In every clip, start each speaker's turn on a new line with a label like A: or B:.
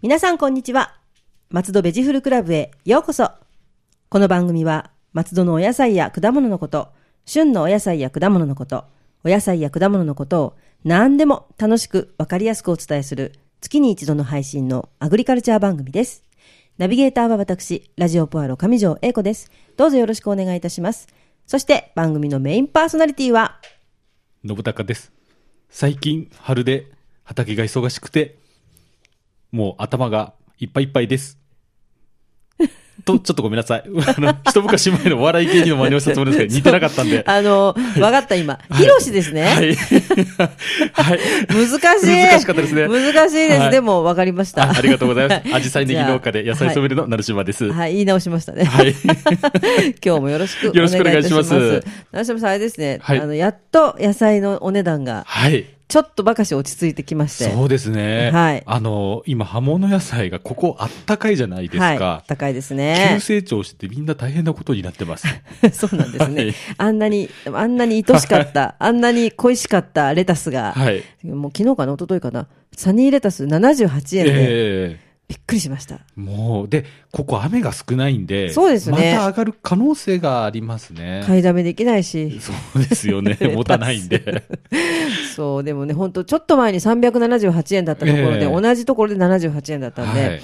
A: 皆さんこんにちは。松戸ベジフルクラブへようこそ。この番組は松戸のお野菜や果物のこと、旬のお野菜や果物のこと、お野菜や果物のことを何でも楽しくわかりやすくお伝えする月に一度の配信のアグリカルチャー番組です。ナビゲーターは私、ラジオポアロ上条英子です。どうぞよろしくお願いいたします。そして番組のメインパーソナリティは
B: 信孝です最近春で畑が忙しくてもう頭がいっぱいいっぱいです とちょっとごめんなさい あの一昔前のお笑い芸人の真似をしたつもり ですけど似てなかったんで
A: あの、わかった今。ヒロシですね。
B: はい はい
A: 難しい。
B: 難しかったですね
A: 難しいです。
B: はい
A: でも、わかりました。
B: あありがとうござい ますアジサイネギ農家で野菜染め
A: る。
B: るの成島です
A: はい、
B: はい、
A: はい言い直しましたね。 今日もよろしくお願い
B: よろ
A: い
B: したくお願い
A: し
B: し
A: ま。
B: ますす
A: 成島さん、あれですね、
B: はい
A: あの、やっと野菜のお値段が、
B: はい、
A: ちょっとばかし落ち着いてきま して。
B: そうですね、
A: はい
B: あの今葉物野菜がここあったかいじゃないです
A: は
B: か
A: い。、高いです
B: 急
A: ね。
B: 成長してみんな大変なことになって ます
A: そうなんですね、
B: はい
A: あんなに、あんなに愛しかった、あんなに恋しかったレタスが、
B: はい
A: もう昨日かな、一昨日かな、サニーレタス78円で、
B: ええ
A: びっくりしました。
B: もう、で、ここ雨が少ないんで、
A: そうですね
B: また上がる可能性がありますね。
A: 買いだめできないし。。
B: そうですよね 持たないんで。
A: そう、でもね、本当ちょっと前に378円だったところで、
B: ええ
A: 同じところで78円だったんで、
B: はい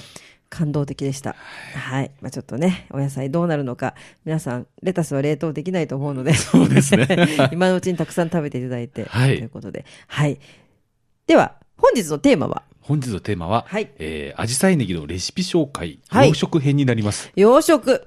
A: 感動的でした。はい。まあちょっとね、お野菜どうなるのか、皆さん、レタスは冷凍できないと思うので、
B: そうですね
A: 今のうちにたくさん食べていただいて、
B: はい
A: ということで。はい。では、本日のテーマは、
B: 本日のテーマは、
A: はい
B: えー、アジサイネギのレシピ紹介、
A: はい
B: 洋食編になります。
A: 洋食。
B: はい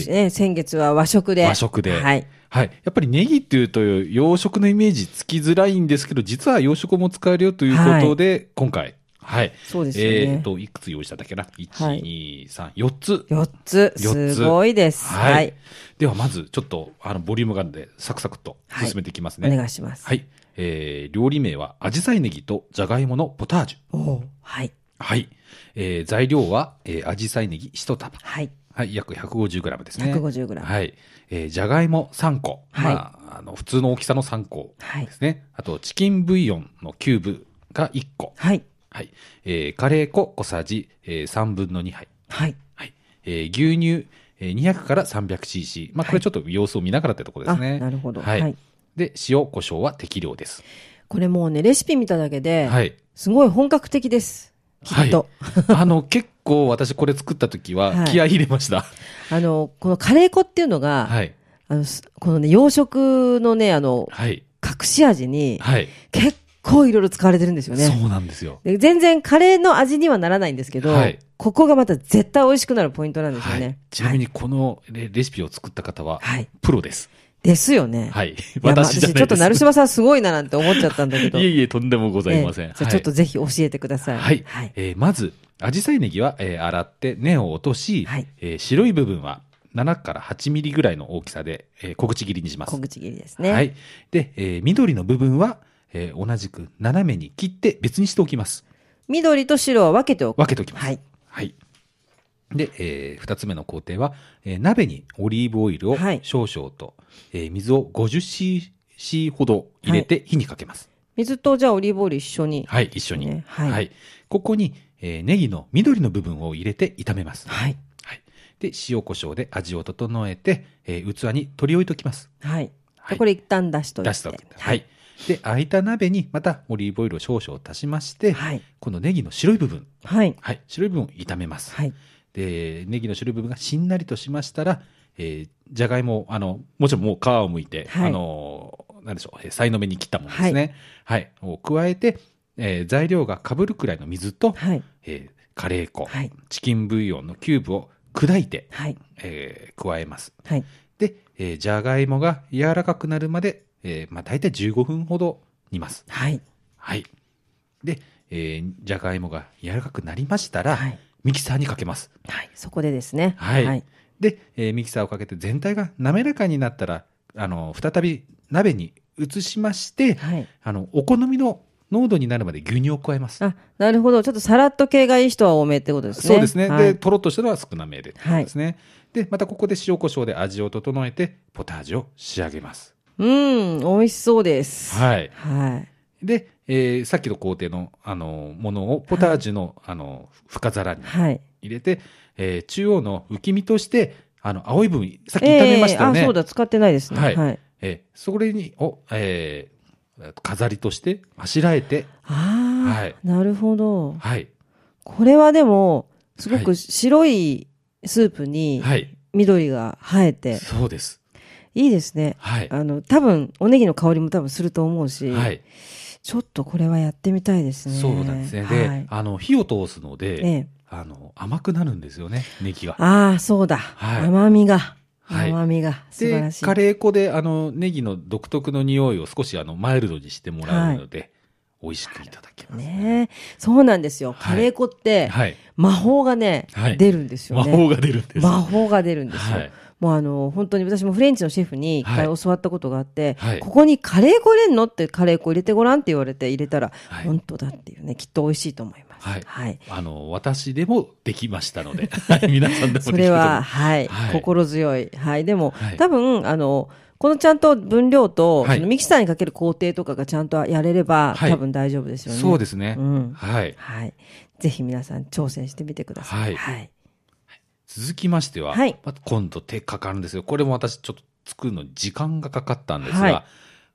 A: 先,、ね、先月は和食で。
B: 和食で。
A: はい。。
B: やっぱりネギっていうと、洋食のイメージつきづらいんですけど、実は洋食も使えるよということで、今回、はい。
A: そうですよね
B: えっ、と、いくつ用意したんだっけな ?1、
A: はい
B: 2、3、4つ。
A: 4つ、
B: 四つ
A: すごいです。
B: はい。
A: はい。
B: ではまず、ちょっと、あの、ボリュームがあるんで、サクサクと
A: はい
B: 進めていきますね。
A: お願いします。
B: はい。えー、料理名は、アジサイネギとジャガイモのポタージュ。
A: おうはい。
B: はい。えー、材料は、えー、アジサイネギ1束。
A: はい。
B: はい、約 150g ですね。
A: 150g
B: はい。えー、じゃがいも3個。
A: はい
B: まあ、あの、普通の大きさの3個
A: はい
B: ですね。あと、チキンブイヨンのキューブが1個。
A: はい。
B: はい。えー、カレー粉小さじ、えー、3分の2杯。
A: はい。
B: はい。えー、牛乳、えー、200から 300cc。まあ、これちょっと様子を見ながらってところですね。
A: あなるほど
B: はい。
A: はい
B: で、塩、胡椒は適量です。
A: これもうね、レシピ見ただけで、
B: はい。
A: すごい本格的です。きっと。
B: はい、 あの結構私これ作った時
A: は
B: はい気合い入れました。
A: あの、このカレー粉っていうのが、
B: はい。
A: あの、すこのね、洋食のね、あの、
B: はい。
A: 隠し味に、
B: はい。
A: 結構いろいろ使われてるんですよね。
B: そうなんですよ。
A: で全然カレーの味にはならないんですけど、
B: はい
A: ここがまた絶対美味しくなるポイントなんですよ
B: はい
A: ね。。
B: ちなみにこのレレシピを作った方は
A: はい。
B: プロです。
A: ですよね。
B: は
A: い
B: い。
A: やまあ
B: 私じゃ
A: 私
B: な
A: ちょ
B: い
A: っと
B: です。
A: 成島さんすごいななんて思っちゃったんだけど。
B: いえいえ、とんでもございません。
A: ええじゃあちょっとぜひ教えてください。
B: はい。
A: は
B: はいい。えーまず、アジサイネギは、えー洗って根を落とし、
A: はい
B: えー白い部分は7から8ミリぐらいの大きさで、えー小口切りにします
A: 小。口切りですね。
B: はい。で、えー緑の部分は、えー同じく斜めに切って別にしておきます。
A: 緑と白は分けておく。
B: 分けておきます。
A: はい。
B: はい。で、えー、2つ目の工程は、えー鍋にオリーブオイルを
A: はい
B: 少々と、えー水を 50cc ほど入れて火にかけます。
A: 水とじゃあオリーブオイル一緒に。
B: はい、一緒に。
A: ねはい
B: ここに、えーネギの緑の部分を入れて炒めます。
A: はい。
B: はい。で、塩コショウで味を整えて、えー器に取り置いておきます。
A: はい。
B: は
A: で
B: い
A: これ一旦出しといて。
B: 出しておきます。はい。で、空いた鍋にまたオリーブオイルを少々足しまして、
A: はい。
B: このネギの白い部分、
A: はい。
B: はい、白い部分を炒めます。
A: はい。
B: でネギの白い部分がしんなりとしましたら、えー、じゃがいもあのもちろんもう皮をむいて、
A: はい
B: あのーなんでしょうえーさいの目に切ったものですね、はいを加えて、えー材料がかぶるくらいの水と、
A: はい。
B: えーカレー粉、
A: はい
B: チキンブイヨンのキューブを砕いて、
A: はい。
B: えー加えます
A: はい。
B: で、えーじゃがいもが柔らかくなるまで、えーまあ、大体15分ほど煮ます
A: はい。
B: はいで、えーじゃがいもが柔らかくなりましたら、
A: はい
B: ミキサーにかけます
A: はい。そこでですね。
B: はい。
A: はい。
B: で、えーミキサーをかけて全体が滑らかになったら、あの、再び鍋に移しまして、
A: はい
B: あの、お好みの濃度になるまで牛乳を加えます。
A: あ、なるほど。ちょっとさらっと系がいい人は多めってことですね。
B: そうですね。
A: はい
B: で、とろっとしたのは少なめで。ですね。で、またここで塩コショウで味を整えて、ポタージュを仕上げます。
A: うん、美味しそうです。
B: はい。
A: はい。
B: で、えーさっきの工程の、あの、ものをポタージュの、あの、深皿に
A: はい。
B: 入れて、えー中央の浮き身として、あの、青い部分、さっき炒めましたよね。
A: ええあ、そうだ、使ってないですね。は。
B: はいいえーそれに、を、えー飾りとして、あしらえて、
A: ああ、
B: はい
A: なるほど。
B: はい、
A: これはでも、すご
B: は
A: く
B: い
A: 白いスープに
B: はい、
A: 緑が生えて、
B: そうです。
A: い、いですね。
B: はい、
A: あの、多分、おネギの香りも多分すると思うし、
B: はい、
A: ちょっとこれはやってみたいですね。
B: そうなんですね。
A: はい、
B: で、あの、火を通すの
A: え
B: で、
A: え
B: あの、甘くなるんですよね、ネギが。
A: ああ、そうだ。
B: はい
A: 甘みが、
B: はい
A: 甘みが、素晴
B: で
A: らしい。
B: カレー粉であのネギの独特の匂いを少しあのマイルドにしてもらうので、美味しくいただけます
A: ねえそうなんですよ。
B: は
A: カ
B: い
A: レー粉って、
B: はい
A: 魔法がね、
B: はい
A: 出るんですよ
B: 魔
A: ね。
B: 法が出るんです
A: 魔法が出るんですよ。
B: はい
A: もうあの、本当に私もフレンチのシェフに一回
B: はい
A: 教わったことがあって、
B: はい
A: ここにカレー粉入れんのってカレー粉入れてごらんって言われて入れたら、
B: はい
A: 本当だっていうね、きっと美味しいと思います。
B: はいあの私でもできましたのではい皆さんでもできると
A: そ
B: 思いま
A: れ
B: す
A: は、はい、
B: はい
A: 心強い。はい。でも、
B: はい
A: 多分、あの、このちゃんと分量と、
B: はい
A: そのミキサーにかける工程とかがちゃんとやれれば、
B: はい
A: 多分大丈夫ですよね。。
B: そうですすね、
A: うん
B: はい
A: はい。ぜひ皆さん挑戦してみてください。
B: はい続きましては、
A: はい
B: まあ今度手かかるんですよこれも私ちょっと作るのに時間がかかったんですが、
A: はい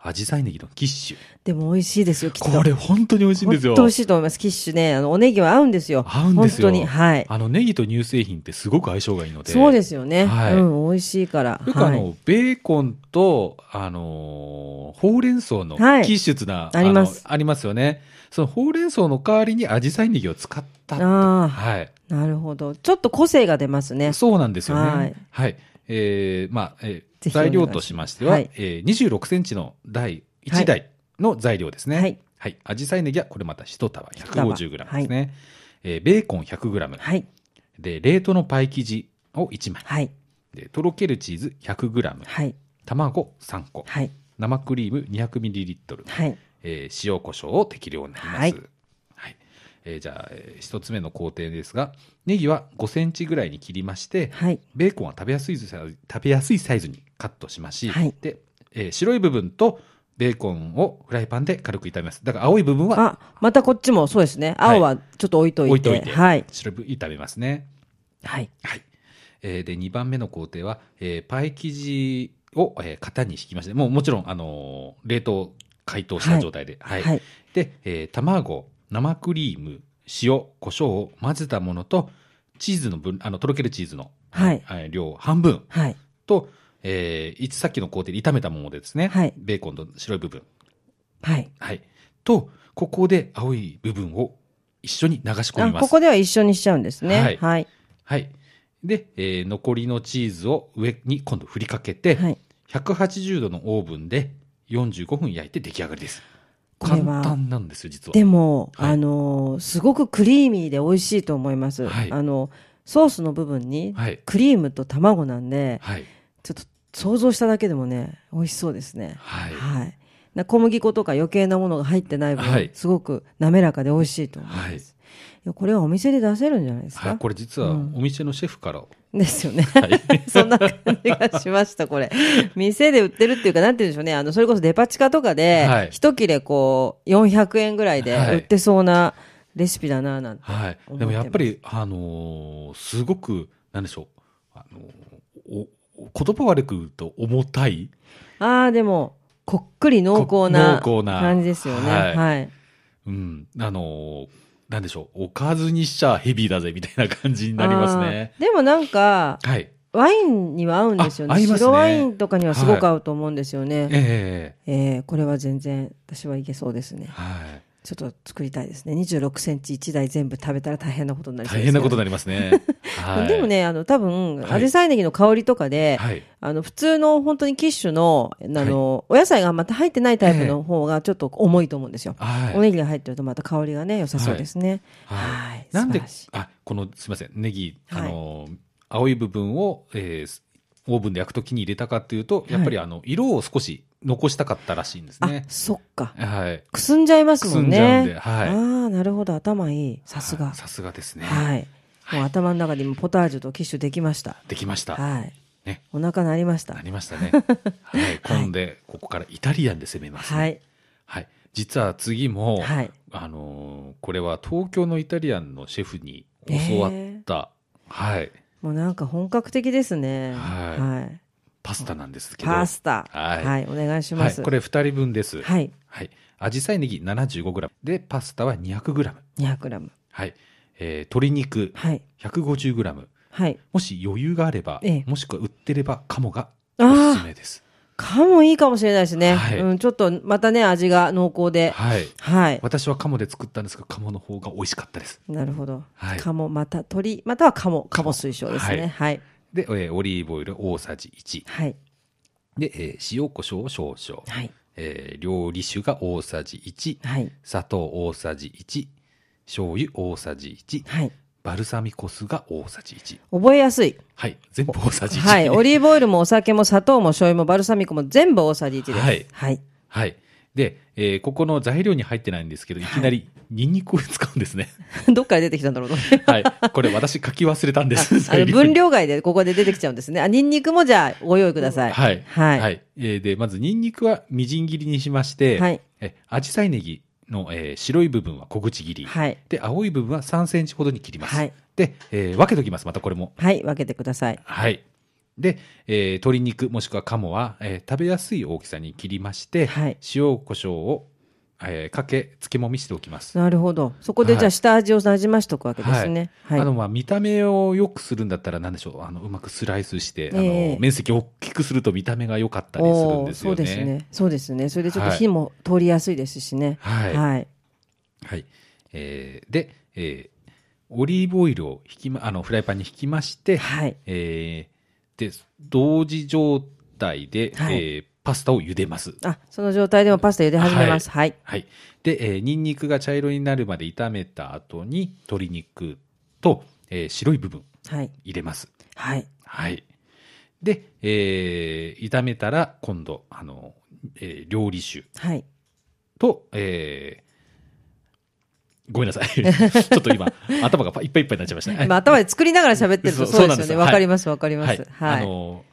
B: 紫陽花ネギのキッシュ
A: でも美味しいですよ、きっと。
B: これ本当に美味しいんですよ
A: 本当美味しいと思います。キッシュね、あの、おネギは合うんですよ。
B: 合うんですよ
A: 本当に。はい。
B: あのネギと乳製品ってすごく相性がいいので
A: そうですよね。
B: はい
A: うん、美味しいから。
B: よくあの、
A: はい
B: ベーコンと、あのーほうれん草の
A: はい
B: キッシュツな、
A: あります
B: あのありますよね。そのほうれん草の代わりにアジサイネギを使ったと。
A: あー
B: はい。
A: なるほど。ちょっと個性が出ますね。
B: そうなんですよね。
A: は
B: はいい。えーまあ、えー
A: ぜひお願い
B: 材
A: します
B: 料としましては、
A: はい
B: えー、26センチの第1台の材料ですね。
A: はい。
B: はい。アジサイネギはこれまた1束
A: 一束
B: 150g ですね。えーベーコン 100g。
A: はい。
B: で、冷凍のパイ生地を1枚。
A: はい。
B: で、とろけるチーズ 100g。
A: はい。
B: 卵3個。
A: はい。
B: 生クリーム 200ml、
A: はい。
B: えー塩コショウを適量になります、
A: は
B: はいいえーじゃあ、え1つ目の工程ですがネギは5センチぐらいに切りまして
A: はい。
B: ベーコンは食べやすいサイズ食べやすいサイズにカットしますし、
A: はい
B: でえー白い部分とベーコンをフライパンで軽く炒めますだから青い部分は
A: あ、またこっちもそうですね。
B: はい
A: 青はちょっと置いといて。
B: 置いといて、
A: はい。
B: 白い部分炒めますね
A: はい。
B: はい。えーで、2番目の工程は、えーパイ生地を、えー型に敷きまして、もうもちろん、あのー冷凍、解凍した状態で。はい。
A: はい。
B: で、えー卵、生クリーム、塩、胡椒を混ぜたものと、チーズの分、あの、とろけるチーズの、
A: はい
B: い、量半分
A: はい。
B: と、えーいつさっきの工程で炒めたものですね。
A: はい
B: ベーコンと白い部分。
A: はい。
B: はい。と、ここで青い部分を一緒に流し込
A: あ
B: みます
A: こ。こでは一緒にしちゃうんですね。は。
B: はいい
A: はい。
B: はい。で、えー残りのチーズを上に今度振りかけて、
A: はい
B: 180度のオーブンで45分焼いて出来上がりです。
A: これ
B: 簡
A: は
B: 単なんですよ、実は。
A: でも、
B: はい
A: あのー、すごくクリーミーで美味しいと思います。
B: はい
A: あの、ソースの部分に、
B: はい。
A: クリームと卵なんで、
B: はい。
A: ちょっと想像しただけでもね、美味しそうですね。
B: はい。
A: はい。な小麦粉とか余計なものが入ってない分、
B: はい
A: すごく滑らかで美味しいと思います。
B: はい
A: いやこれはお店で出せるんじゃないですか、
B: はい、これ実はお店のシェフから、
A: ですよね。 そんな感じがしました、 これ。店で売ってるっていうか、なんて言うんでしょうね。あの、それこそデパ地下とかで、
B: はい
A: 一切れこう、400円ぐらいで
B: はい
A: 売ってそうなレシピだな、なんて。
B: はい
A: 思ってます。
B: でもやっぱり、あのーすごく、なんでしょう。あのーおお言葉悪く言うと重たい。
A: ああ、でも、こっくり濃厚な
B: こ濃厚な
A: 感じですよね。
B: はい
A: はい
B: うん。あのーなんでしょう。おかずにしちゃヘビーだぜ、みたいな感じになりますね。
A: あー。でもなんか、
B: はい。
A: ワインには合うんですよね。
B: あ合いますね
A: 白ワインとかにはすごく合うと思うんですよね。
B: ええ
A: えーこれは全然私はいけそうですね。
B: はい。
A: ちょっと作りたいですね。26センチ1台全部食べたら大変なことになりそう
B: 大
A: です、
B: 変なこと
A: な
B: になりま すね。はい、
A: でも、ね、あの、多分、
B: はい
A: アジサイネギの香りとかで、
B: はい、
A: あの、普通の本当にキッシュの、あの、お野菜がまた入ってないタイプの方がちょっと重いと思うんですよ。
B: はい、
A: おネギが入ってるとまた香りがね、良さそうですね。
B: は
A: はい
B: い、なん
A: 素晴
B: で
A: らしい、
B: あ、この、すみません、ネギ、
A: はい
B: あの、青い部分を、えーオーブンで焼くときに入れたかっていうと、やっぱりあの、色を少し残したかったらしいんですね
A: あ、。そっか。
B: はい。
A: くすんじゃいますもんね。
B: くすんじゃうんではい
A: ああ、なるほど。頭いい。さすが。
B: は
A: はい
B: さすがです
A: い。
B: ね。
A: もう頭の中で今ポタージュとキッシュできました。
B: できました。
A: はい。
B: ね
A: お腹鳴りました
B: な。りましたね。はい。今度、ここからイタリアンで攻めます、ね。
A: はい。
B: はい。実は次も、
A: はい。
B: あのーこれは東京のイタリアンのシェフに教わった、はい、
A: もうなんか本格的ですね。
B: はい
A: はい。
B: パスタなんですけど。
A: パスタ。
B: はい
A: はい。お願いしま
B: はい、
A: す。
B: これ2人分です。はい。
A: はい。
B: 紫陽花ネギ 75g。で、パスタは 200g。
A: 200グラム。
B: はい。えー鶏肉
A: はい。
B: 150g。
A: はい。
B: もし余裕があれば、
A: ええ
B: もしくは売ってれば、鴨がおすす
A: ああ、
B: めです。
A: かもいいかもしれないですね。
B: はい
A: うん、ちょっとまたね、味が濃厚で。
B: はい。
A: はい。
B: 私は鴨で作ったんですが、鴨の方が美味しかったです。
A: なるほど。
B: はい
A: かも、また、鳥、またはかも、かも推奨ですね。はい。
B: で、えーオリーブオイル大さじ1。
A: はい。
B: で、えー塩コショウ少々。
A: はい。
B: えー料理酒が大さじ1。
A: はい。
B: 砂糖大さじ1。醤油大さじ1。
A: はい。
B: バルサミコ酢が大さじ1。
A: 覚えや すい。
B: はい。全部大さじ1。
A: はい。オリーブオイルもお酒も砂糖も醤油もバルサミコも全部大さじ1です。
B: はい
A: はい。
B: はい。で、えーここの材料に入ってないんですけど、いきなりニンニクを使うんですね。
A: どっから出てきたんだろうと。
B: はい。これ私書き忘れたんです。
A: あ
B: 材
A: の
B: 料
A: 分
B: に
A: 量外でここで出てきちゃうんですね。あ、ニンニクもじゃあご用意ください。
B: はい。
A: はい。
B: はい。えーで、まずニンニクはみじん切りにしまして、
A: はい
B: え、アジサイネギの、えー白い部分は小口切り。
A: はい
B: で、青い部分は3センチほどに切ります。
A: はい
B: で、えー分けときます。またこれも。
A: はい。分けてください。
B: はい。で、えー鶏肉もしくは鴨は、えー食べやすい大きさに切りまして、
A: はい
B: 塩、胡椒を、えーかけ、漬けもみしておきます。
A: なるほど。そこでじゃ
B: は
A: あ
B: い
A: 下味をなじましておくわけですね。はい。
B: あの、まあ、見た目を良くするんだったら、なんでしょう。あの、うまくスライスして、あ
A: ええ
B: の、面積を大きくすると見た目が良かったりするん
A: おー
B: です
A: そ
B: よ
A: う
B: ね。
A: です。ね。そうですね。それでちょっと
B: はい
A: 火も通りやすいですしね。
B: はい。
A: はい。
B: はい。えーで、えーオリーブオイルを引きま、あの、フライパンに引きまして、
A: はい。
B: えーで、同時状態で、
A: はい
B: えーパスタを茹でます。
A: あ、その状態でもパスタ茹で始めます。はい。
B: はい。で、えー、ニンニクが茶色になるまで炒めた後に、鶏肉と、えー白い部分
A: はい。
B: 入れます。
A: はい。
B: はい。で、えー炒めたら、今度、あの、えー料理酒
A: はい。
B: と、えーごめんなさい。 ちょっ と今、頭がパいっぱいいっぱいになっちゃいましたね。
A: 今頭で作りながら喋ってると
B: そう
A: そう
B: そうな
A: で
B: ん
A: す
B: で
A: よね。
B: すよ
A: わかりますわかりま
B: はい
A: す。は
B: あ
A: い。
B: の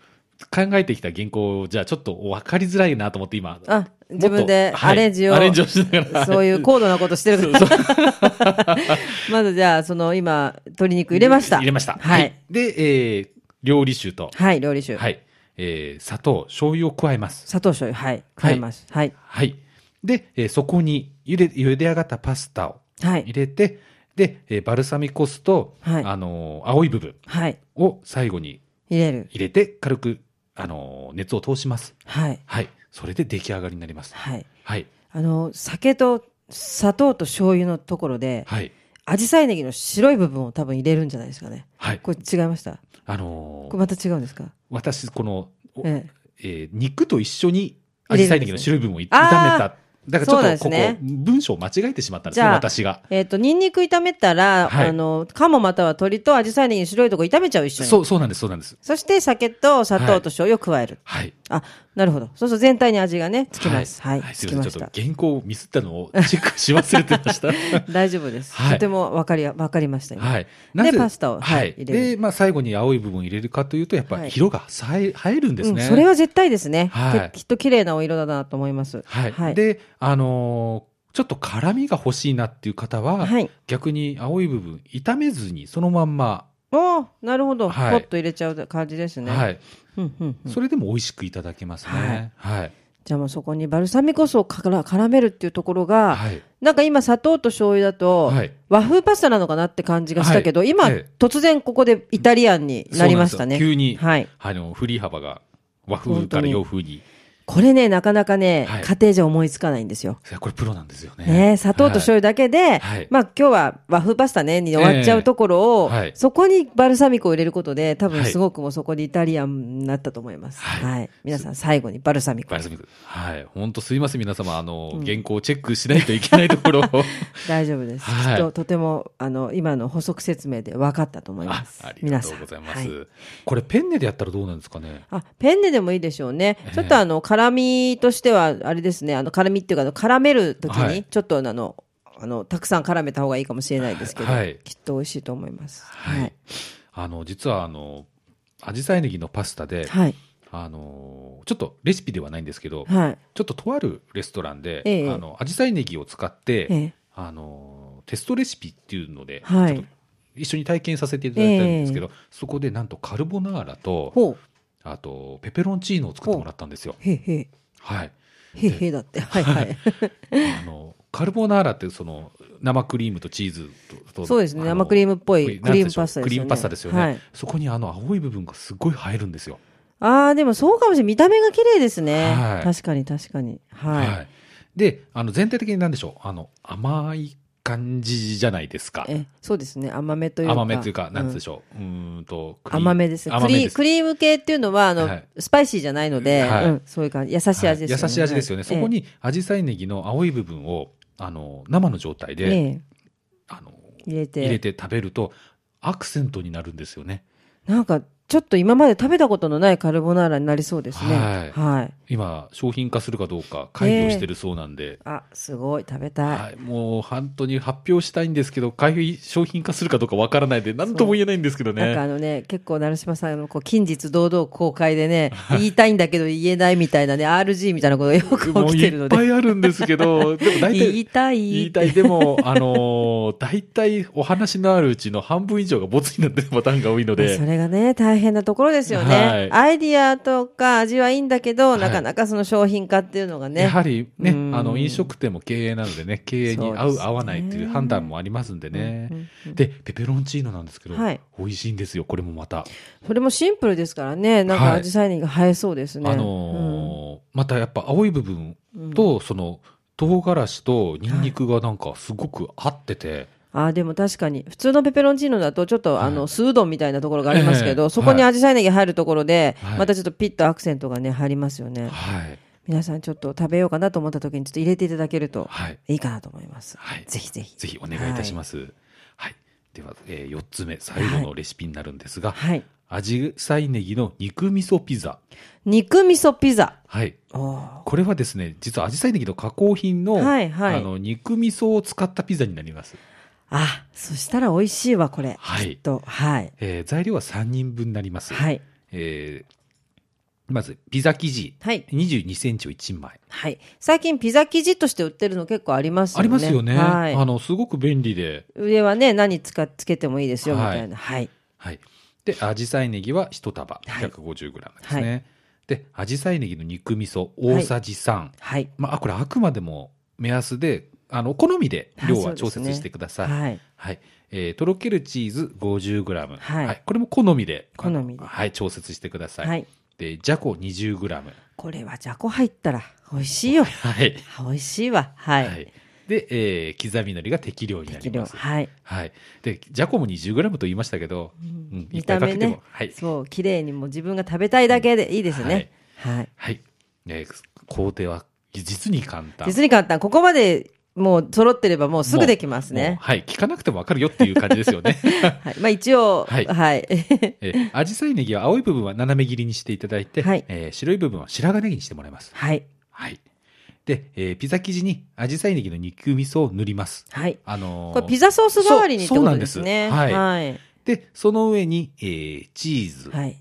B: 考えてきた原稿をじゃあちょっと分かりづらいなと思って今
A: あ自分で
B: もっとはい
A: アレンジを
B: アレンジをし ながら
A: そういう高度なこと してるから。 まずじゃあ、その今、鶏肉入れました。
B: 入れました。
A: は
B: はい
A: い。
B: で、えー料理酒と、
A: はい、料理酒。
B: はい。えー砂糖、醤油を加えます。
A: 砂糖醤油、はい。加えます。はい。
B: はい。で、えーそこに茹で、茹で上がったパスタを
A: は
B: 入
A: い。
B: れて、で、えーバルサミコ酢と、
A: はい
B: あのー青い部分
A: はい。
B: を最後に
A: 入れる。
B: 入れて、軽く、あのー熱を通します。
A: はい。
B: はい。それで出来上がりになります。
A: はい。
B: はい。
A: あの、酒と砂糖と醤油のところで、
B: はい。
A: アジサイネギの白い部分を多分入れるんじゃないですかね。
B: はい。
A: これ違いました
B: あの
A: こ
B: ー
A: れまた違うんですか
B: 私、この、お
A: ええ。
B: えー肉と一緒に、ア
A: 入れ
B: ジ
A: る
B: サ
A: ん
B: イ
A: ですね
B: ネギの白い部分をい炒め
A: あ
B: た。だからちょっと
A: そ
B: ここ、
A: うなんですね
B: 文章を間違えてしまったんで
A: じ
B: すね、
A: ゃあ
B: 私が。
A: えっ、と、ニンニク炒めたら、
B: はい
A: あの、鴨または鶏とアジサイネギの白いとこ炒めちゃう一緒に。
B: そう、そうなんです、そうなんです。
A: そして酒と砂糖と醤油を加える。
B: はい。
A: あ、なるほど。そうすると全体に味がね、つきます。はい。
B: はい、す
A: つ
B: い
A: き
B: ま
A: ま
B: せん。
A: し。
B: ちょったと原稿をミスったのをチェックし忘れて ました。
A: 大丈夫です。
B: はい
A: とてもわかりや、わかりました、今
B: はい。
A: でパスタをはい
B: はい。
A: 入れる
B: で、まあ、最後に青い部分を入れるかというと、やっぱ
A: はい
B: 色がさえ映えるんです
A: うん、
B: ね。
A: それは絶対ですね。
B: はい
A: ききっと綺麗なお色だなと思います。
B: はい。
A: はい。
B: で、あのーちょっと辛みが欲しいなっていう方は、
A: はい
B: 逆に青い部分、炒めずにそのまんま、
A: おーなるほど。
B: はい
A: ポッと入れちゃう感じですね。
B: はい。
A: うんうんうん
B: それでも美味しくいただけますね。はい。
A: じゃあもうそこにバルサミコ酢をから絡めるっていうところが、
B: はい。
A: なんか今砂糖と醤油だと、
B: はい
A: 和風パスタなのかなって感じがしたけど、
B: はい
A: 今、
B: え
A: 突然ここでイタリアンになりましたね。
B: そうなんですよ急に、
A: はい。
B: あの、振り幅が和風から洋風に。
A: これね、なかなかね、
B: はい
A: 家庭じゃ思いつかないんですよ。
B: いやこれプロなんですよね。
A: ね、砂糖と
B: はい
A: 醤油だけで、
B: はい
A: まあ今日は和風パスタね、に終わっちゃうところを、
B: ええはい
A: そこにバルサミコを入れることで、多分
B: はい
A: すごくもうそこにイタリアンになったと思います。はい。
B: はい
A: 皆さん最後にバルサミコ
B: バ。ルサミコはい。本当すいません、皆様。あの、原稿をチェックしないといけないところを。
A: 大丈夫です。
B: はい
A: きっととても、あの、今の補足説明で分かったと思い
B: あ
A: ます。
B: あり
A: 皆
B: がと
A: さん
B: うございます。
A: は
B: これ、ペンネでやったらどうなんですかね。
A: あ、ペンネでもいいでしょうね。ちょっとあの、辛みとしては、あれですね、あの、辛みっていうか、あの絡めるとき
B: は
A: に、
B: い
A: ちょっとあの、あの、たくさん絡めた方がいいかもしれないですけど、
B: はい
A: きっと美味しいと思います。
B: はい。あの、実は、あの、アジサイネギのパスタで、
A: はい。
B: あのーちょっとレシピではないんですけど、
A: はい。
B: ちょっととあるレストランで、
A: ええ
B: あの、アジサイネギを使って、
A: ええ
B: あのーテストレシピっていうので、
A: はい
B: ちょっと一緒に体験させていただいたんですけど、そこでなんとカルボナーラと、
A: ほう。
B: あと、ペペロンチーノを作ってもらったんですよ。
A: へへ。
B: はい。
A: へへだって。はいはい。
B: あの、カルボナーラってその、生クリームとチーズと、と
A: そうですね
B: あの
A: 生クリームっぽい
B: なんて言うんでしょう
A: ク
B: ク
A: リ
B: リ
A: ー
B: ー
A: ム
B: ム
A: パ
B: パ
A: スタ
B: スタ
A: で
B: ですす
A: よ
B: よ
A: ね
B: ね。
A: はい
B: そこにあの青い部分がすごい映えるんですよ。
A: ああ、でもそうかもしれない。見た目が綺麗ですね。
B: はい
A: 確かに確かに。はい。
B: で、あの、全体的になんでしょう、あの、甘い感じじゃないですか。
A: え、そうですね。甘めというか。
B: 甘めというか、なんつうんで
A: し
B: しょう。うーんと、クリーム
A: 甘めです。ク
B: 甘め
A: リ
B: で
A: ー
B: す。
A: クリーム系っていうのは、あの、
B: はい
A: スパイシーじゃないので、
B: はい
A: うん、そういう感じ。優しい味ですよね。
B: はい優しい味ですよね。
A: はい
B: そこ、に、アジサイネギの青い部分を、あの、生の状態
A: ええ
B: で、
A: え
B: あの、
A: え入れて
B: 入れて食べると、アクセントになるんですよね。
A: なんか、ちょっと今まで食べたことのないカルボナーラになりそうですね。
B: はい
A: はい。
B: 今、商品化するかどうか、会議をしてるそうなんで、
A: あ、すごい、食べたい。
B: はい、もう本当に発表したいんですけど、会議商品化するかどうかわからないで、なんとも言えないんですけど
A: なんか
B: ね。
A: あのね、結構、成島さんのこう近日堂々公開でね、言いたいんだけど言えないみたいなね、RG みたいなことがよく
B: も
A: 起
B: う
A: きてる
B: い
A: の
B: っ
A: で
B: ぱ。いあるんですけど、でも大
A: 言い
B: 体、
A: たい。
B: 言いたい。でも、あ のー大体お話のあるうちの半分以上がボツになってるパターンが多いの
A: そ
B: で、
A: れがね、大変なところですよね。
B: はい
A: アイディアとか味はいいんだけど、
B: い
A: なかなかその商品化っていうのがね。
B: やはりね、
A: うん
B: あの、飲食店も経営なのでね、経営に
A: そう
B: 合
A: です
B: う、
A: ね
B: 合わないっていう判断もありますんでね
A: うんうん。
B: で、ペペロンチーノなんですけど、
A: はい
B: 美味しいんですよ、これもまた。
A: それもシンプルですからね、なんか
B: はい
A: アジサイネギが映えそうですね。
B: あのーまたやっぱ青い部分と、その唐辛子とニンニクがなんかすごく合ってて、
A: あーでも確かに普通のペペロンチーノだとちょっと、
B: はい
A: あの酢うどんみたいなところがありますけど、
B: ええ
A: そこにアジサイネギ入るところで、
B: はい
A: またちょっとピッとアクセントがね入りますよね、
B: はい
A: 皆さんちょっと食べようかなと思った時にちょっと入れていただけると
B: はい
A: いいかなと思います、
B: はい
A: ぜひぜひ
B: ぜひお願いいたします。はい、では、え4つ目最後のレシピになるんですが、
A: はい
B: アジサイネギの肉味噌ピザ。
A: 肉味噌ピザ
B: はい。
A: おー
B: これはですね、実はアジサイネギの加工品の、
A: はいはい
B: あの肉味噌を使ったピザになります。
A: あそしたら美味しいわこれ、
B: はい
A: きっとはい
B: えー材料は3人分になります。
A: はい
B: えーまずピザ生地、
A: はい
B: 22センチを1枚。
A: はい最近ピザ生地として売ってるの結構ありますよね
B: ありますよね。
A: はい
B: あの、すごく便利で。
A: 上はね何つかつけてもいいですよみたいなはい、
B: はい。で、アジサイネギは1束
A: はい
B: 150g ですね。
A: は
B: で、アジサイネギの肉味噌大さじ3。
A: はい
B: まああ、これあくまでも目安で、あの、お好みで量は調節してください。はい。
A: はい
B: えーとろけるチーズ 50g。
A: はい
B: これも好みで。
A: 好みで
B: はい、調節してください。
A: はい
B: で、じゃこ 20g。
A: これはじゃこ入ったら美味しいよ。
B: はい。
A: 美味しいわ。はい。
B: はい。で、えー刻み海苔が適量にな
A: 適
B: り
A: 量。
B: ます。
A: はい。
B: はい。で、ジャコも 20g と言いましたけど、うんい
A: 見
B: っ
A: た
B: ぱいか
A: 目
B: けても
A: ね。。
B: はい。
A: そう、綺麗にもう自分が食べたいだけでいいですね。はい。
B: はい。えー工程は実に簡単。
A: 実に簡単。ここまでもう揃ってればもうすぐできます
B: もう
A: ね。
B: はい。聞かなくてもわかるよっていう感じですよ ね。
A: はい。まあ一応、は。
B: はいい
A: はい。
B: えー、アジサイネギは青い部分は斜め切りにしていただいて、
A: はい
B: えー白い部分は白髪ネギにしてもらいます。
A: はい。
B: はい。で、えーピザ生地にアジサイネギの肉味噌を塗ります。あのー
A: これピザソース代わりにってことですね。
B: そうそうなんです
A: はい。
B: で、その上に、えーチーズ、
A: はい。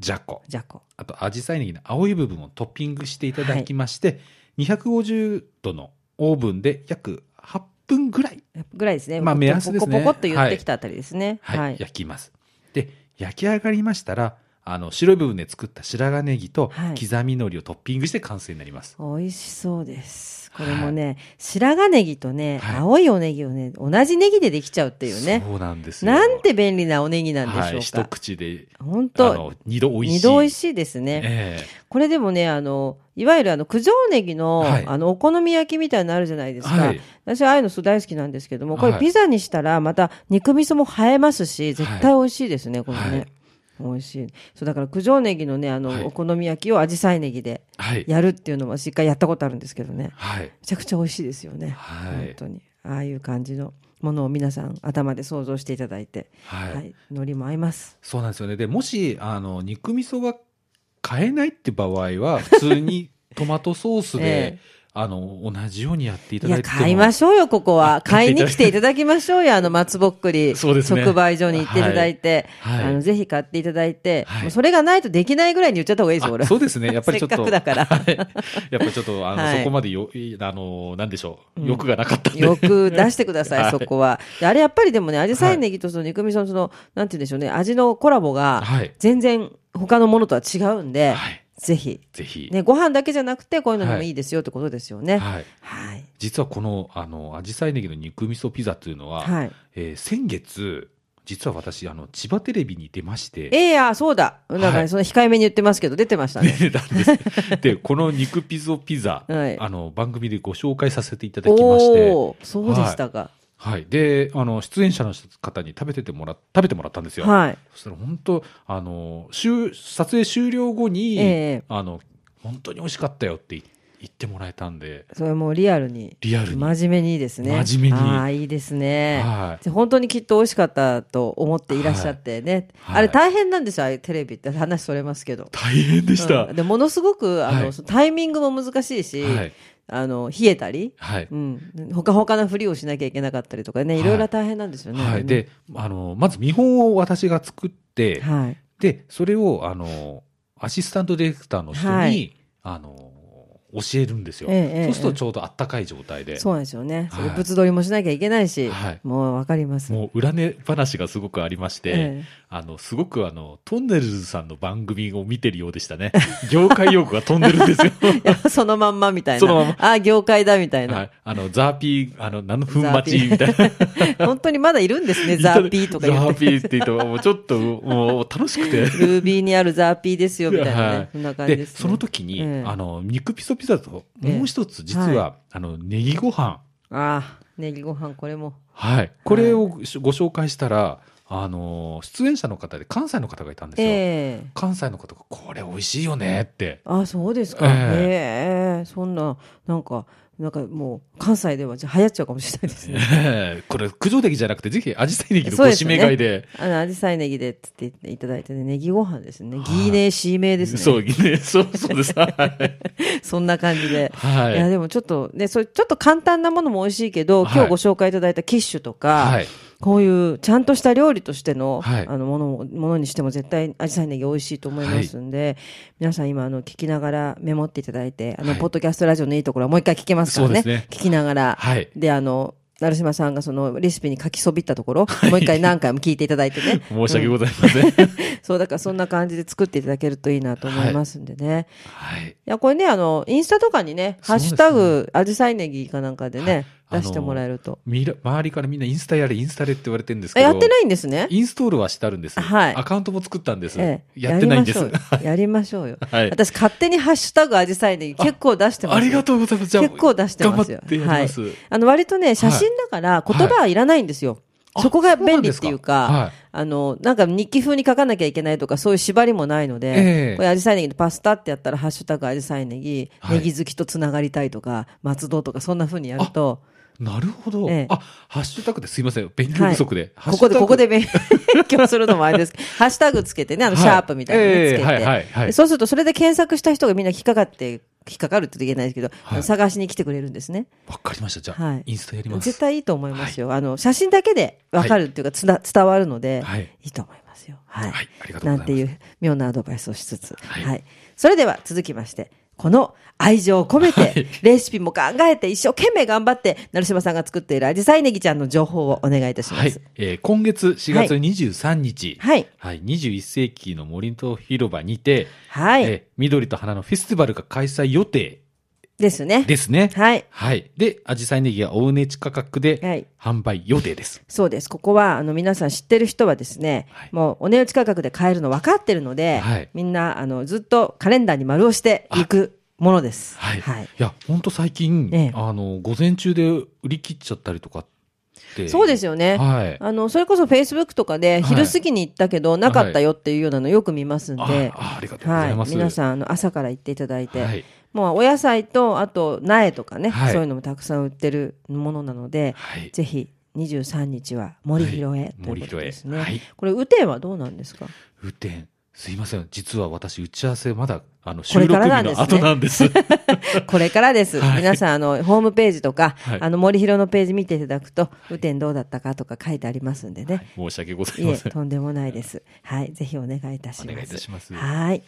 B: ジャコ、
A: じゃこ。
B: あと、アジサイネギの青い部分をトッピングしていただきまして、250度のオーブンで約8分ぐらい、
A: ぐらいですね。
B: まあ目安ですね
A: ポコポコっと言ってきたあたりですね。
B: はい
A: はい。
B: 焼きます。で、焼き上がりましたら、あの、白い部分で作った白髪ネギと
A: はい
B: 刻み海苔をトッピングして完成になります。
A: 美味しそうです。これもね、白髪ネギとね、
B: はい
A: 青いおネギをね、同じネギでできちゃうっていうね。
B: そうなんですよ。
A: なんて便利なおネギなんで
B: はい、
A: しょう
B: 一
A: か。
B: 口で、
A: 本
B: あ
A: 当
B: の、二度美味しい。
A: 二度美味
B: い。
A: しいですね。
B: ええ
A: これでもね、あの、いわゆるあの、九条ネギの、
B: はい
A: あの、お好み焼きみたいなのあるじゃないですか。
B: はい
A: 私、ああいうのすごい大好きなんですけども、これ
B: はい
A: ピザにしたら、また肉味噌も映えますし、絶対美味しいですね、これね。
B: はい
A: 美味しい。そう、だから九条ネギのね、あの、
B: はい
A: お好み焼きをアジサイネギで
B: はい。
A: やるっていうのも、しっかりやったことあるんですけどね。
B: はい。
A: めちゃくちゃ美味しいですよね、
B: はい
A: 本当にああいう感じのものを皆さん頭で想像していただいては、
B: はいい
A: 海苔も合います
B: そうなんですよね。で、もし、あの、 肉味噌が買えないって場合は、普通にトマトソースで、
A: ええ
B: あの、同じようにやっていた
A: い
B: だい
A: や、
B: ても。
A: 買いましょうよ、ここは。
B: 買っ
A: 買い
B: ていただいて
A: に来ていただきましょうよ、あの、松ぼっくり。
B: そうですね
A: 直売所に行っていただいて、
B: はいはい
A: あの、ぜひ買っていただいて、
B: はい
A: もうそれがないとできないぐらいに言っちゃった方がいいですよ、俺
B: あ
A: は。
B: そうですね。やっぱりちょっと。
A: せっかくだから
B: はいやっぱりちょっと、あの、
A: はい
B: そこまでよ、いあの、なんでしょう。欲がなかったんで。
A: よく出してください、
B: はい
A: そこは。であれやっぱりでもね、アジサイネギとその肉味噌のその、なんて言うんでしょうね、味のコラボが
B: はい、
A: 全然他のものとは違うんで、
B: はい
A: ぜひ。
B: ぜひ。
A: ね、ご飯だけじゃなくて、こういうのにも
B: はい
A: いいですよってことですよね。
B: はい。
A: はい。
B: 実はこの、あの、アジサイネギの肉味噌ピザというのは、
A: はい。
B: えー先月、実は私、あの、千葉テレビに出まして、
A: ええや、そうだ。なんかね、
B: はい
A: その控えめに言ってますけど、出てました ね。
B: 出てたんです。 で、この肉ピゾピザ、
A: はい
B: あの、番組でご紹介させていただきまして、
A: おおー、そうでしたか。
B: はい。で、あの、出演者の方に食べててもら、食べてもらったんですよ。
A: はい。
B: そしたら本当、あの、終撮影終了後
A: え
B: に、
A: え
B: あの、本当に美味しかったよって言言ってもらえたんで、
A: それもうリアルに。
B: リアルに。
A: 真面目にいいですね。
B: 真面目に
A: ああ、いいですね。
B: はい
A: じゃあ本当にきっと美味しかったと思っていらっしゃってね。
B: はい
A: あれ大変なんですよ、ああいうテレビって話それますけど。
B: 大変でした。
A: うんでものすごくあの、
B: はい
A: そのタイミングも難しいし、
B: はい
A: あの冷えたり、
B: はい。
A: うん、ほかほかなふりをしなきゃいけなかったりとかね、
B: はい
A: いろいろ大変なんですよね。
B: は
A: あれ
B: い。
A: ね、
B: で、あの、まず見本を私が作って、
A: はい、
B: で、それを、あの、アシスタントディレクターの人に、
A: はい
B: あの、教えるんですよ。
A: ええええ
B: そうするとちょうどあったかい状態で。
A: そうなんですよね。それ
B: はい
A: 物撮りもしなきゃいけないし、
B: はい
A: もうわかります。
B: もう裏根話がすごくありまして、
A: ええ
B: あの、すごくあの、トンネルズさんの番組を見てるようでしたね。 業界用語が飛んで るんですよ。
A: いやそのまんまみたい
B: そのまん
A: な
B: ま。
A: あ、業界だみたい
B: は
A: な。
B: い。あの、ザーピー、あの、何の粉
A: ザーピ
B: 待ち
A: ー
B: みたいな。
A: 本当にまだいるん ですね、 ザーピーとか言
B: ザ
A: っ
B: ー
A: て。
B: ピーって言うと、もうちょっと、もう楽 しくて。
A: ルービーにあるザーピーですよ、みたいな
B: は
A: ね
B: い。
A: そんな感じです、ね。
B: その時に、
A: ええ
B: あの、肉ピソピザと、もう一つ、実は、
A: ええ
B: あの、ネギご飯。
A: ああ、ネギご飯これも。
B: はい。これをご紹介したら、あの、出演者の方で関西の方がいたんですよ。
A: ええ
B: 関西の方が、これ美味しいよねって。
A: あそうですか。え
B: え
A: えそんな、なんか、なんかもう、関西ではじゃあ流行っちゃうかもしれないです ね。
B: ええこれ、九条的じゃなくて、ぜひ、アジサイネギの
A: そ
B: ご
A: うです
B: 指
A: よね
B: 名買いで。
A: あの、アジサイネギでっつって言っていただいてね、ネギご飯ですね。
B: はい
A: ギーネーシーメーですね。
B: そう、ね、そう、そうです。はい。
A: そんな感じで。
B: はい
A: いや、でもちょっとね、それちょっと簡単なものも美味しいけど、
B: はい
A: 今日ご紹介いただいたキッシュとか、
B: はい
A: こういうちゃんとした料理としての、
B: はい
A: あのものも、ものにしても絶対アジサイネギ美味しいと思いますんで、皆さん今あの聞きながらメモっていただいて、あの、
B: はい
A: ポッドキャストラジオのいいところはもう一回聞けますからね。
B: そうですね
A: 聞きながら。
B: はい
A: で、あの、成島さんがそのレシピに書きそびったところ、もう一回何回も聞いていただいてね。
B: 申し訳ございません。
A: そう、だからそんな感じで作っていただけるといいなと思いますんでね。い、
B: はい。
A: や、これね、あの、インスタとかにね、ハ
B: そう
A: ッ
B: ですね
A: シュタグ、アジサイネギかなんかでね、
B: はい
A: 出してもらえると。
B: みら周りからみんなインスタやれ、インスタれって言われてるんです
A: あ
B: けど。
A: やってないんですね。
B: インストールはしてあるんです。
A: はい
B: アカウントも作ったんです。
A: ええ
B: やってないんです。
A: やりまし ょうよ。やりましょうよ
B: はい
A: 私、勝手にハッシュタグアジサイネギ結構出してます
B: ありが
A: う。
B: とうございます。じゃあ
A: 結構出してますよ。
B: 頑張ってやります。
A: はい。あの、割とね、写真だから言葉はいらないんですよ。
B: あ
A: そこが便利っていうか、
B: そうなんです
A: あの、なんか日記風に書かなきゃいけないとか、そういう縛りもないので、
B: ええ
A: これアジサイネギのパスタってやったら、ハッシュタグアジサイネギ、
B: はい
A: ネギ好きとつながりたいとか、松戸とか、そんな風にやると、
B: なるほど、
A: ええ
B: あ、ハッシュタグですいません。勉強不足で。ハッ
A: こ
B: シュ
A: こ
B: タ
A: で、
B: グ
A: ここ。で勉勉強するのもあれですけど、ハッシュタグつけてね、あの、
B: はい
A: シャープみたいなのね
B: ええ
A: つけて、
B: はいはいはい
A: でそうすると、それで検索した人がみんな引っかかって、引っかかるって言うといけないですけど、
B: はい
A: あの探しに来てくれるんですね。
B: わかりました。じゃあ、
A: はい
B: インスタやります。
A: 絶対いいと思いますよ。あの、写真だけでわかるっていうか、つな伝わるので、
B: はいい、
A: いと思いますよ。はい。
B: はいありがとう
A: な
B: ございま
A: んて
B: す
A: いう妙なアドバイスをしつつ。は。
B: はいい
A: それでは続きまして、この愛情を込め
B: は
A: て
B: い、
A: レシピも考えて、一生懸命頑張って、成島さんが作っているアジサイネギちゃんの情報をお願いいたしま
B: はい
A: す。。
B: えー今月4月23日。
A: はい。
B: はい。21世紀の森と広場にて、
A: は
B: え
A: い。
B: ー緑と花のフェスティバルが開催予定
A: ですね。
B: ですね。
A: はい。
B: はい。で、アジサイネギが大値地価格
A: は
B: で
A: い
B: 販売予定です。
A: そうです。ここは、あの、皆さん知ってる人はですね、
B: はい
A: もう、お値打ち価格で買えるの分かってるので、
B: はい
A: みんな、あの、ずっとカレンダーに丸をしていくものです。
B: はい。
A: はい
B: い、や、ほんと最近、
A: ええ
B: あの、午前中で売り切っちゃったりとかって。
A: そうです
B: よ
A: よね。
B: はい。
A: あの、それこそフェイスブックとかで、
B: い
A: 昼過ぎに行ったけど、なかったよっていうようなのよく見ますんで、
B: あ
A: はい。
B: あありがとうございます。
A: 皆さん、あの、朝から行っていただいて、
B: はい。
A: もう、お野菜と、あと、苗とかね、
B: はい
A: そういうのもたくさん売ってるものなので、
B: はい。
A: ぜひ、23日は森広へ、
B: はい
A: ということですね。
B: 森広へはい
A: これ、雨天はどうなんですか
B: 雨天。すいません。実は私、打ち合わせまだ、あの、
A: こ
B: 収
A: れ
B: 録
A: から
B: 日
A: なんです
B: の
A: ね
B: 後なんです。
A: これからです。
B: はい
A: 皆さん、あの、ホームページとか、
B: はい
A: あの、森広のページ見ていただくと、雨天どうだったかとか書いてありますんでね。
B: 申し訳ござい
A: いえ、
B: ません。
A: とんでもないです。はい、ぜひお願いいたします。
B: お願いいたします
A: はい。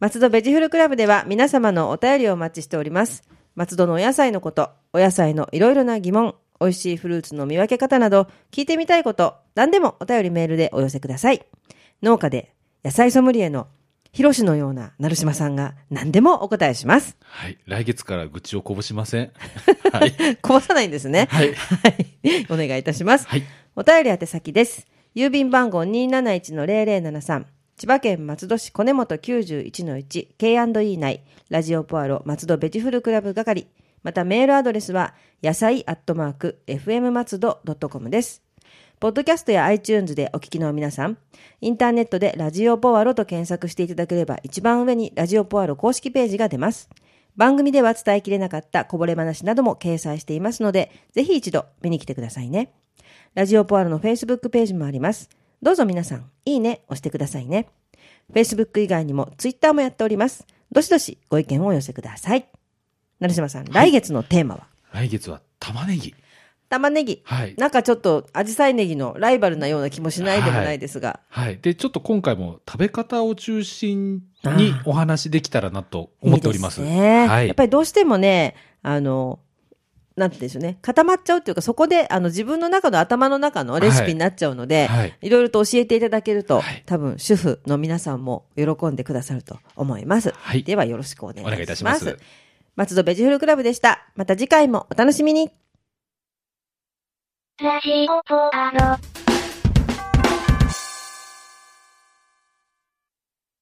A: 松戸ベジフルクラブでは皆様のお便りをお待ちしております。松戸のお野菜のこと、お野菜のいろいろな疑問、美味しいフルーツの見分け方など、聞いてみたいこと、何でもお便りメールでお寄せください。農家で野菜ソムリエのヒロシのような成島さんが何でもお答えします。
B: はい。来月から愚痴をこぼしま せん。はい。
A: こぼさないんですね。
B: はい。
A: はい。お願いいたします。
B: はい。
A: お便り宛先です。郵便番号271-0073。千葉県松戸市小根本91-1 K&E 内ラジオポアロ松戸ベジフルクラブ係またメールアドレスは野菜アットマーク FM 松戸 .com ですポッドキャストや iTunes でお聞きの皆さんインターネットでラジオポアロと検索していただければ一番上にラジオポアロ公式ページが出ます番組では伝えきれなかったこぼれ話なども掲載していますのでぜひ一度見に来てくださいねラジオポアロの Facebook ページもあります。どうぞ皆さん、いいね押してくださいね。Facebook 以外にも Twitter もやっております。どしどしご意見をお寄せください。成島さん、来月のテーマは、
B: 来月は玉ねぎ。
A: 玉ねぎ。
B: はい。
A: なんかちょっと、アジサイネギのライバルなような気もしないでもないですが。
B: はい。で、ちょっと今回も食べ方を中心にお話できたらなと思っております。
A: いいですね。
B: は
A: やっ
B: い。
A: ぱりどうしてもね、あの、なんて言うんでしょうね。固まっちゃうっていうか、そこで、あの、自分の中の頭の中のレシピになっちゃうので、
B: はい。
A: いろいろと教えていただけると、
B: はい
A: 多分主婦の皆さんも喜んでくださると思います。
B: はい
A: ではよろしくお願いし
B: お
A: ます。
B: 願いいたします。
A: 松戸ベジフルクラブでした。また次回もお楽しみに。
C: ラジオポアロ。